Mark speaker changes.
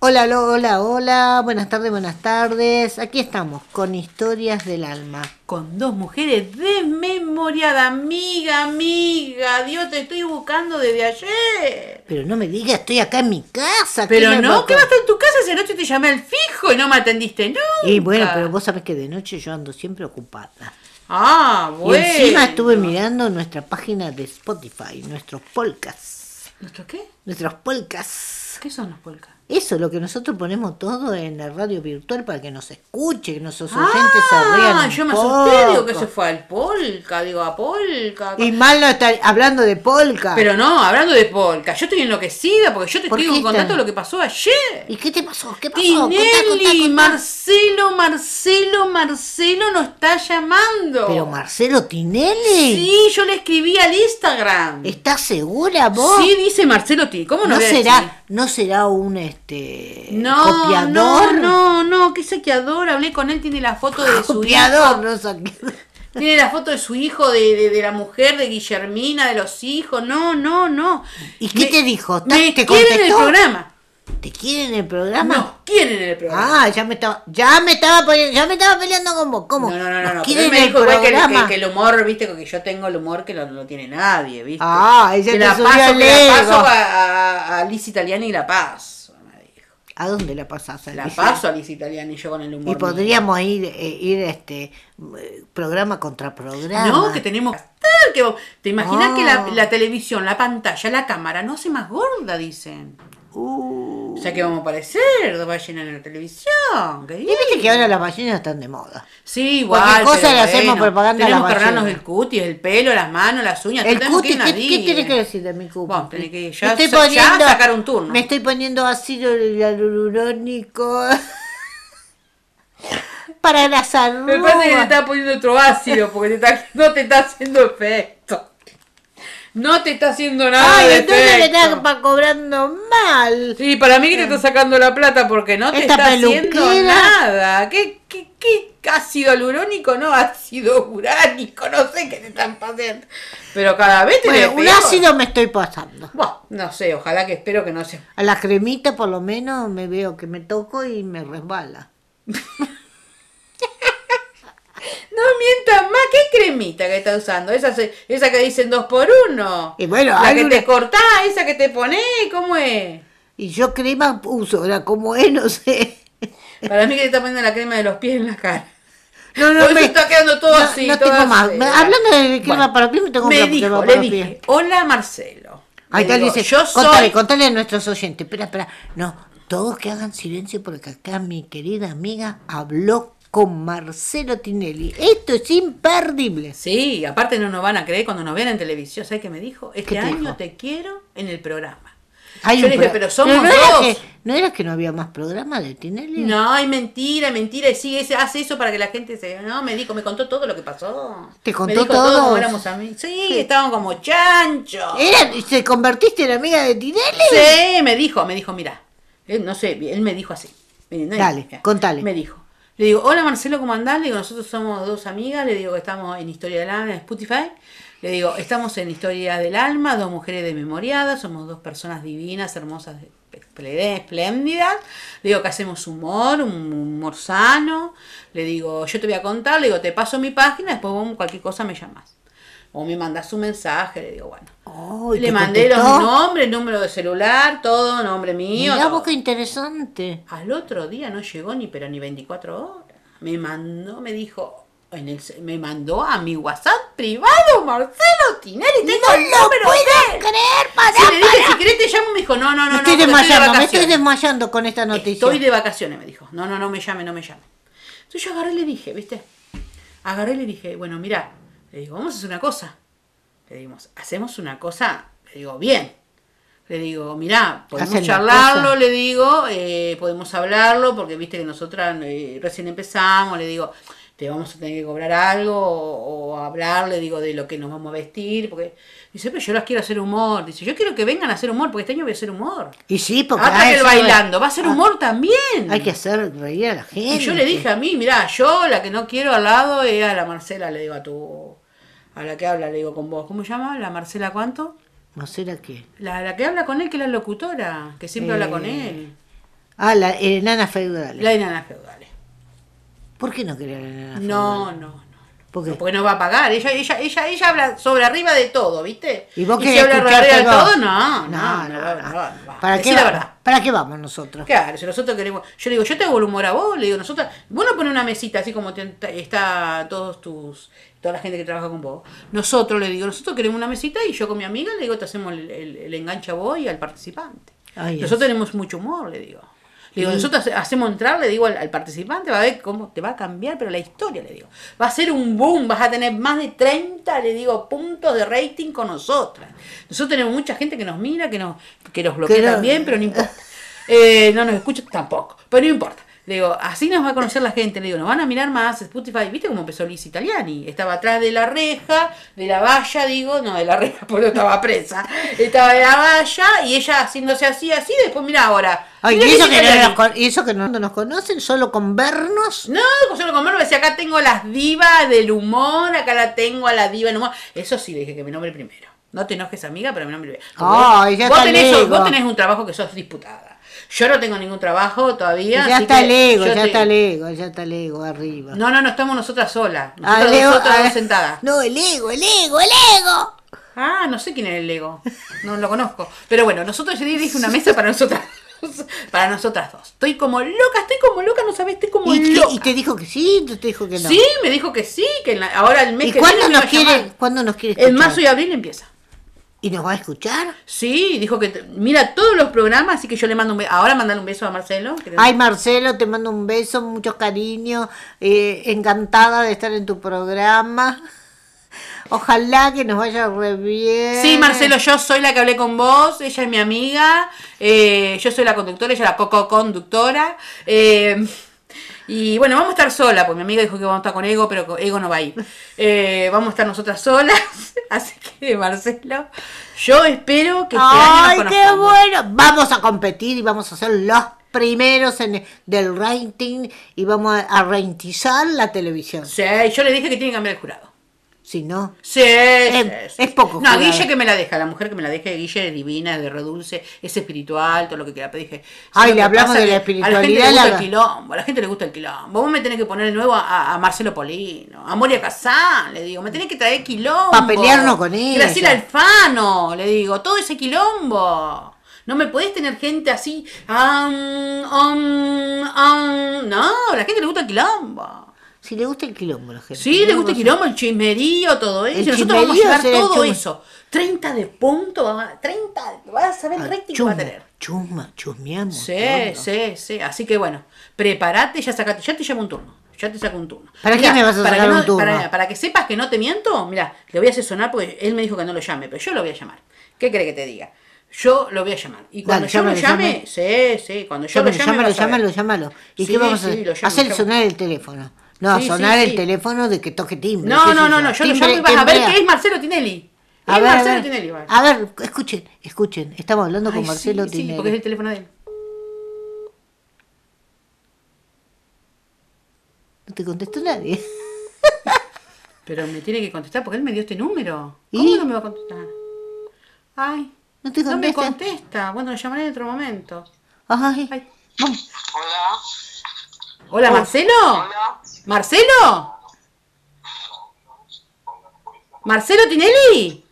Speaker 1: Hola, hola, hola, hola, buenas tardes, buenas tardes. Aquí estamos con Historias del Alma.
Speaker 2: Con dos mujeres desmemoriadas, amiga, amiga, Dios, te estoy buscando desde ayer.
Speaker 1: Pero no me digas, estoy acá en mi casa. ¿qué
Speaker 2: Pero
Speaker 1: me
Speaker 2: no,
Speaker 1: pasa?
Speaker 2: ¿qué vas a estar en tu casa? Esa noche te llamé al fijo y no me atendiste nunca.
Speaker 1: Y bueno, pero vos sabés que de noche yo ando siempre ocupada.
Speaker 2: Ah, bueno.
Speaker 1: Y encima estuve mirando nuestra página de Spotify, nuestros podcasts.
Speaker 2: ¿Nuestro qué?
Speaker 1: Nuestros podcasts.
Speaker 2: ¿Qué son los polcas?
Speaker 1: Eso es lo que nosotros ponemos todo en la radio virtual para que nos escuche, que nuestros oyentes se rían. un
Speaker 2: Ah, yo me asusté, digo que
Speaker 1: poco.
Speaker 2: se fue al polka, digo a polka.
Speaker 1: Y mal no estar hablando de polka.
Speaker 2: Pero no, hablando de polka, yo estoy enloquecida porque yo te
Speaker 1: ¿Por
Speaker 2: estoy
Speaker 1: qué
Speaker 2: contando
Speaker 1: están?
Speaker 2: lo que pasó ayer.
Speaker 1: ¿Y qué te pasó? ¿Qué pasó? Contá,
Speaker 2: Tinelli,
Speaker 1: contá, contá.
Speaker 2: Marcelo, Marcelo, Marcelo nos está llamando.
Speaker 1: Pero Marcelo Tinelli.
Speaker 2: Sí, yo le escribí al Instagram.
Speaker 1: ¿Estás segura vos?
Speaker 2: Sí, dice Marcelo Tinelli. ¿Cómo no,
Speaker 1: ¿No
Speaker 2: voy a decir?
Speaker 1: será, no será un este
Speaker 2: No,
Speaker 1: copiador?
Speaker 2: no, no, no, que saqueador. Hablé con él, tiene la foto de su
Speaker 1: copiador,
Speaker 2: hijo.
Speaker 1: no saque-
Speaker 2: Tiene la foto de su hijo, de, de- de la mujer, de Guillermina, de los hijos. No, no, no.
Speaker 1: ¿Y qué te dijo? ¿Estás-
Speaker 2: Me
Speaker 1: te
Speaker 2: quieren en el
Speaker 1: contestó?
Speaker 2: programa.
Speaker 1: ¿Te quieren en el programa?
Speaker 2: Nos quieren en el programa.
Speaker 1: Ah, ya me estaba, ya me estaba poniendo- ya me estaba peleando con vos. ¿Cómo?
Speaker 2: No, no, no, no,
Speaker 1: ¿Nos
Speaker 2: no. pero
Speaker 1: quieren
Speaker 2: él
Speaker 1: en
Speaker 2: me
Speaker 1: el
Speaker 2: dijo igual que, el-
Speaker 1: programa?
Speaker 2: que- que el humor, viste, que yo tengo el humor que no lo tiene nadie, viste.
Speaker 1: Ah, ella
Speaker 2: que
Speaker 1: te
Speaker 2: la
Speaker 1: subió
Speaker 2: paso,
Speaker 1: al
Speaker 2: que la
Speaker 1: ego.
Speaker 2: paso a, a, a Liz Italiani y la paso, me dijo.
Speaker 1: ¿A dónde la pasás?
Speaker 2: La
Speaker 1: Alicia?
Speaker 2: paso a Liz Italiani yo con el humor.
Speaker 1: Y
Speaker 2: mío.
Speaker 1: podríamos ir, eh, ir este eh, programa contra programa.
Speaker 2: No, que tenemos que gastar, que vos- te imaginas
Speaker 1: Ah.
Speaker 2: que la, la televisión, la pantalla, la cámara no hace más gorda, dicen.
Speaker 1: Uh.
Speaker 2: O sea que vamos a parecer dos ballenas en la televisión. ¿qué
Speaker 1: Y viste que ahora las ballenas están de moda.
Speaker 2: Sí, igual.
Speaker 1: Cualquier cosa
Speaker 2: pero
Speaker 1: le hacemos propaganda a
Speaker 2: Tenemos
Speaker 1: la
Speaker 2: que arreglarnos
Speaker 1: ballena.
Speaker 2: el cutis, el pelo, las manos, las uñas.
Speaker 1: El
Speaker 2: tenemos que
Speaker 1: cuti,
Speaker 2: ir a
Speaker 1: ¿qué,
Speaker 2: nadie.
Speaker 1: ¿qué tiene que decir de mi cuti?
Speaker 2: Vos, tenés que
Speaker 1: Me
Speaker 2: ya sa- ya sacar un turno.
Speaker 1: Me estoy poniendo ácido hialurónico para las
Speaker 2: Me parece que te
Speaker 1: arrugas.
Speaker 2: está poniendo otro ácido porque te está- no te está haciendo efecto. No te está haciendo nada
Speaker 1: Ay,
Speaker 2: de
Speaker 1: entonces me
Speaker 2: efecto.
Speaker 1: está cobrando mal.
Speaker 2: Sí, para mí que te está sacando la plata porque no te
Speaker 1: Esta
Speaker 2: está haciendo
Speaker 1: peluquera.
Speaker 2: nada. ¿Qué, qué, qué ácido alurónico? No, ácido uránico, no sé qué te están pasando. Pero cada vez te
Speaker 1: Bueno, un ácido me estoy pasando.
Speaker 2: Bueno, no sé, ojalá que espero que no sea.
Speaker 1: A la cremita por lo menos me veo que me toco y me resbala.
Speaker 2: No mientas más, ¿qué cremita que está usando? Esa, se- esa que dicen dos por uno.
Speaker 1: Y bueno,
Speaker 2: la
Speaker 1: hay
Speaker 2: que
Speaker 1: una-
Speaker 2: te cortás, esa que te ponés, ¿cómo es?
Speaker 1: Y yo crema uso, ahora como es, no sé.
Speaker 2: Para mí que te está poniendo la crema de los pies en la cara.
Speaker 1: No,
Speaker 2: Por eso está quedando todo así,
Speaker 1: No
Speaker 2: todo
Speaker 1: tengo más.
Speaker 2: así.
Speaker 1: Me- Hablando de crema
Speaker 2: Bueno,
Speaker 1: para pies, me tengo
Speaker 2: me
Speaker 1: crema
Speaker 2: dijo,
Speaker 1: para
Speaker 2: le
Speaker 1: los
Speaker 2: dije,
Speaker 1: pies.
Speaker 2: hola Marcelo.
Speaker 1: Ahí
Speaker 2: Le
Speaker 1: está,
Speaker 2: digo,
Speaker 1: dice,
Speaker 2: yo soy...
Speaker 1: contale, contale a nuestros oyentes. Espera, espera. No, todos que hagan silencio porque acá mi querida amiga habló con Marcelo Tinelli. Esto es imperdible.
Speaker 2: Sí, aparte no nos van a creer cuando nos vean en televisión. ¿Sabes qué me dijo? Este
Speaker 1: te
Speaker 2: año
Speaker 1: dijo?
Speaker 2: te quiero en el programa.
Speaker 1: Hay
Speaker 2: Yo
Speaker 1: un
Speaker 2: le dije,
Speaker 1: pro-
Speaker 2: pero somos
Speaker 1: no era
Speaker 2: dos.
Speaker 1: que- ¿No era que no había más programa de Tinelli?
Speaker 2: No, es mentira, mentira. Y sigue, ese- hace eso para que la gente se. No, me dijo, me contó todo lo que pasó.
Speaker 1: ¿Te contó
Speaker 2: me dijo
Speaker 1: todo? Eh,
Speaker 2: como éramos amigos. Sí, estaban como chanchos.
Speaker 1: Era- ¿Se convertiste en amiga de Tinelli?
Speaker 2: Sí, me dijo, me dijo, mira. Él, no sé, él me dijo así. Miren, no hay-
Speaker 1: Dale,
Speaker 2: mira,
Speaker 1: contale.
Speaker 2: Me dijo. Le digo, hola Marcelo, ¿cómo andás? Le digo, nosotros somos dos amigas, le digo que estamos en Historia del Alma, en Spotify. Le digo, estamos en Historia del Alma, dos mujeres desmemoriadas, somos dos personas divinas, hermosas, esplé- espléndidas. Le digo que hacemos humor, un humor sano. Le digo, yo te voy a contar, le digo, te paso mi página, después vos cualquier cosa me llamás. O me mandás un mensaje, le digo, bueno.
Speaker 1: Oh, ¿y
Speaker 2: Le
Speaker 1: te
Speaker 2: mandé los
Speaker 1: contestó?
Speaker 2: nombres, número de celular, todo, nombre mío.
Speaker 1: Mirá
Speaker 2: todo.
Speaker 1: vos qué interesante.
Speaker 2: Al otro día no llegó ni pero ni 24 horas. Me mandó, me dijo, en el, ce- me mandó a mi WhatsApp privado, Marcelo Tinelli, tengo
Speaker 1: ¡No
Speaker 2: el
Speaker 1: lo
Speaker 2: número de
Speaker 1: puedo
Speaker 2: él.
Speaker 1: creer! ¡Pará,
Speaker 2: Sí, le dije,
Speaker 1: pará!
Speaker 2: si querés te llamo, me dijo, no, no, no,
Speaker 1: me
Speaker 2: no,
Speaker 1: estoy
Speaker 2: porque
Speaker 1: desmayando, me estoy
Speaker 2: vacaciones.
Speaker 1: desmayando con esta noticia.
Speaker 2: Estoy de vacaciones, me dijo. No, no, no me llame, no me llame. Entonces yo agarré y le dije, ¿viste? Agarré y le dije, bueno, mira, le digo, vamos a hacer una cosa. Le dimos, hacemos una cosa, le digo, bien. Le digo, mirá, podemos
Speaker 1: Hacen la
Speaker 2: charlarlo,
Speaker 1: cosa.
Speaker 2: le digo, eh, podemos hablarlo, porque viste que nosotras eh, recién empezamos, le digo, te vamos a tener que cobrar algo o, o hablar, le digo, de lo que nos vamos a vestir, porque dice, pero yo las quiero hacer humor, dice, yo quiero que vengan a hacer humor, porque este año voy a hacer humor.
Speaker 1: Y sí, porque...
Speaker 2: Ah,
Speaker 1: ah,
Speaker 2: está el
Speaker 1: eso-
Speaker 2: bailando, va a ser
Speaker 1: Ah,
Speaker 2: humor también.
Speaker 1: Hay que hacer reír a la gente.
Speaker 2: Y yo le dije a mí, mirá, yo la que no quiero al lado es a la Marcela, le digo a tu. a la que habla, le digo con vos. ¿Cómo se llama? ¿La Marcela cuánto?
Speaker 1: ¿No será qué?
Speaker 2: La, la que habla con él, que es la locutora, que siempre
Speaker 1: Eh,
Speaker 2: habla con él.
Speaker 1: Ah, la enana feudal.
Speaker 2: La enana feudal.
Speaker 1: ¿Por qué no quería la enana feudal?
Speaker 2: No, no, no.
Speaker 1: ¿Por qué?
Speaker 2: No, Porque no va a pagar. Ella, ella, ella, ella habla sobre arriba de todo, ¿viste?
Speaker 1: ¿Y vos
Speaker 2: si
Speaker 1: querés
Speaker 2: habla sobre arriba de
Speaker 1: escuchar
Speaker 2: todo,
Speaker 1: todo?
Speaker 2: no, no,
Speaker 1: No,
Speaker 2: no,
Speaker 1: no,
Speaker 2: va,
Speaker 1: no.
Speaker 2: no va, no va.
Speaker 1: ¿Para qué,
Speaker 2: Decí la
Speaker 1: va-
Speaker 2: verdad.
Speaker 1: ¿Para qué vamos nosotros?
Speaker 2: Claro, si nosotros queremos. Yo le digo, yo te hago el humor a vos, le digo, nosotros. Vos no pones una mesita así como te- está todos tus. toda la gente que trabaja con vos. Nosotros le digo, nosotros queremos una mesita y yo con mi amiga le digo, te hacemos el, el- el enganche a vos y al participante.
Speaker 1: Ay,
Speaker 2: nosotros tenemos mucho humor, le digo. Le digo,
Speaker 1: Y-
Speaker 2: nosotros hace- hacemos entrar, le digo al, al participante, va a ver cómo te va a cambiar, pero la historia, le digo. Va a ser un boom, vas a tener más de 30, le digo, puntos de rating con nosotras. Nosotros tenemos mucha gente que nos mira, que nos, que nos bloquea
Speaker 1: Que no-
Speaker 2: también, pero no importa. Eh, no nos escucha tampoco, pero no importa. Le digo, así nos va a conocer la gente. Le digo, nos van a mirar más Spotify. ¿Viste cómo empezó Liz Italiani? Estaba atrás de la reja, de la valla, digo, no, de la reja, porque estaba presa. Estaba de la valla y ella haciéndose así, así. Después, mira ahora.
Speaker 1: Ay, y,
Speaker 2: Mirá
Speaker 1: eso
Speaker 2: Liz
Speaker 1: que no
Speaker 2: Italiani.
Speaker 1: nos, con- y eso que no nos conocen, solo con vernos.
Speaker 2: No, pues yo lo comer, me decía, acá tengo las divas del humor, acá la tengo a la diva del humor. Eso sí, le dije que mi nombre primero. No te enojes, amiga, pero mi nombre primero. Porque
Speaker 1: Ay,
Speaker 2: vos-
Speaker 1: ya
Speaker 2: vos,
Speaker 1: está el
Speaker 2: tenés,
Speaker 1: ego.
Speaker 2: vos tenés un trabajo que sos disputada. Yo no tengo ningún trabajo todavía.
Speaker 1: Ya
Speaker 2: así
Speaker 1: está
Speaker 2: que
Speaker 1: el ego,
Speaker 2: yo
Speaker 1: ya
Speaker 2: te-
Speaker 1: está el ego, ya está el ego arriba.
Speaker 2: No, no, no, estamos nosotras solas.
Speaker 1: Ah,
Speaker 2: Nosotras,
Speaker 1: el ego-
Speaker 2: dos, nosotras
Speaker 1: ah,
Speaker 2: dos sentadas.
Speaker 1: No, el ego, el ego, el ego.
Speaker 2: Ah, no sé quién es el ego. No lo conozco. Pero bueno, nosotros yo dije una mesa para nosotras. Para nosotras dos. Estoy como loca, estoy como loca, no sabes, estoy como
Speaker 1: ¿Y, qué-
Speaker 2: loca.
Speaker 1: y te dijo que sí, te dijo que no.
Speaker 2: Sí, me dijo que sí, que en la- ahora el mes
Speaker 1: ¿Y
Speaker 2: que
Speaker 1: cuándo
Speaker 2: viene me
Speaker 1: nos,
Speaker 2: va a
Speaker 1: quiere,
Speaker 2: llamar.
Speaker 1: cuándo nos quiere escuchar?
Speaker 2: En marzo y abril empieza.
Speaker 1: ¿Y nos va a escuchar?
Speaker 2: Sí, dijo que te- mira todos los programas, así que yo le mando un beso. Ahora mandar un beso a Marcelo. que-
Speaker 1: Ay, Marcelo, te mando un beso, muchos cariños. eh, encantada de estar en tu programa. Ojalá que nos vaya re bien.
Speaker 2: Sí, Marcelo, yo soy la que hablé con vos, ella es mi amiga, eh, yo soy la conductora, ella la co-conductora. eh, y bueno, vamos a estar sola, porque mi amiga dijo que vamos a estar con Ego, pero con- Ego no va a ir. Eh, vamos a estar nosotras solas, así que Marcelo, yo espero que este
Speaker 1: Ay,
Speaker 2: año nos
Speaker 1: qué
Speaker 2: conozcamos.
Speaker 1: bueno. Vamos a competir y vamos a ser los primeros en del rating y vamos a, a rentizar la televisión.
Speaker 2: Sí, yo le dije que tiene que cambiar el jurado.
Speaker 1: Si no,
Speaker 2: Sí, sí,
Speaker 1: es
Speaker 2: sí.
Speaker 1: poco
Speaker 2: No,
Speaker 1: jurado.
Speaker 2: Guille que me la deja, la mujer que me la deja, Guille es divina, es de redulce, es espiritual, todo lo que quiera. Pero dije,
Speaker 1: Ay, le
Speaker 2: ¿sabes lo que
Speaker 1: hablamos
Speaker 2: pasa?
Speaker 1: de la
Speaker 2: Que A la gente
Speaker 1: espiritualidad,
Speaker 2: le gusta
Speaker 1: la-
Speaker 2: el quilombo, a la gente le gusta el quilombo. Vos me tenés que poner de nuevo a, a Marcelo Polino, a Moria Casán, le digo, me tenés que traer quilombo.
Speaker 1: Pa' pelearnos con ella.
Speaker 2: Graciela Alfano, le digo, todo ese quilombo. No me podés tener gente así, am, am, am. no, a la gente le gusta el quilombo.
Speaker 1: si le gusta el quilombo, a la gente.
Speaker 2: Sí, le gusta el
Speaker 1: Vamos a-
Speaker 2: quilombo, el chismerío, todo eso.
Speaker 1: El
Speaker 2: Y nosotros vamos a
Speaker 1: chismerío
Speaker 2: llevar
Speaker 1: será el
Speaker 2: todo
Speaker 1: chusma.
Speaker 2: eso. 30 de punto, vamos a- 30, vas a saber el rating que va a
Speaker 1: Chusma,
Speaker 2: tener.
Speaker 1: Chusma, chusmeamos.
Speaker 2: Sí,
Speaker 1: todo.
Speaker 2: sí, sí. Así que bueno, prepárate, ya sacate, ya te llevo un turno. Ya te saco un turno.
Speaker 1: ¿Para qué me vas a
Speaker 2: para
Speaker 1: sacar
Speaker 2: que no-
Speaker 1: un turno?
Speaker 2: Para, para que sepas que no te miento, mira, le voy a hacer sonar porque él me dijo que no lo llame, pero yo lo voy a llamar. ¿Qué cree que te diga? Yo lo voy a llamar. Y cuando
Speaker 1: Dale,
Speaker 2: yo lo
Speaker 1: llámalo,
Speaker 2: llame, sí, sí, cuando yo
Speaker 1: Llámalo,
Speaker 2: lo llame.
Speaker 1: llámalo,
Speaker 2: vas a ver.
Speaker 1: llámalo, llámalo. ¿Y
Speaker 2: Sí,
Speaker 1: qué vamos a
Speaker 2: sí,
Speaker 1: hacer?
Speaker 2: lo llamo,
Speaker 1: hacer
Speaker 2: llamo.
Speaker 1: sonar el teléfono. No,
Speaker 2: Sí, sí,
Speaker 1: sonar el
Speaker 2: sí.
Speaker 1: teléfono de que toque timbre.
Speaker 2: No,
Speaker 1: qué
Speaker 2: no,
Speaker 1: sé
Speaker 2: no, no, yo lo
Speaker 1: Timbre,
Speaker 2: llamo y vas a ver
Speaker 1: timbrea.
Speaker 2: que es Marcelo Tinelli. Es
Speaker 1: A ver, a
Speaker 2: Marcelo
Speaker 1: ver,
Speaker 2: Tinelli, va.
Speaker 1: a ver, escuchen, escuchen. Estamos hablando con
Speaker 2: Ay,
Speaker 1: Marcelo
Speaker 2: sí, Sí,
Speaker 1: Tinelli.
Speaker 2: porque es el teléfono de él.
Speaker 1: No te contestó nadie.
Speaker 2: Pero me tiene que contestar porque él me dio este número.
Speaker 1: ¿Y?
Speaker 2: ¿Cómo no me va a contestar? Ay,
Speaker 1: No te
Speaker 2: no me
Speaker 1: contestan.
Speaker 2: contesta. Bueno, lo llamaré en otro momento.
Speaker 1: Ay,
Speaker 2: Ay.
Speaker 1: vamos.
Speaker 3: Hola.
Speaker 2: Hola, Marcelo.
Speaker 3: Hola.
Speaker 2: ¿Marcelo? ¿Marcelo Tinelli?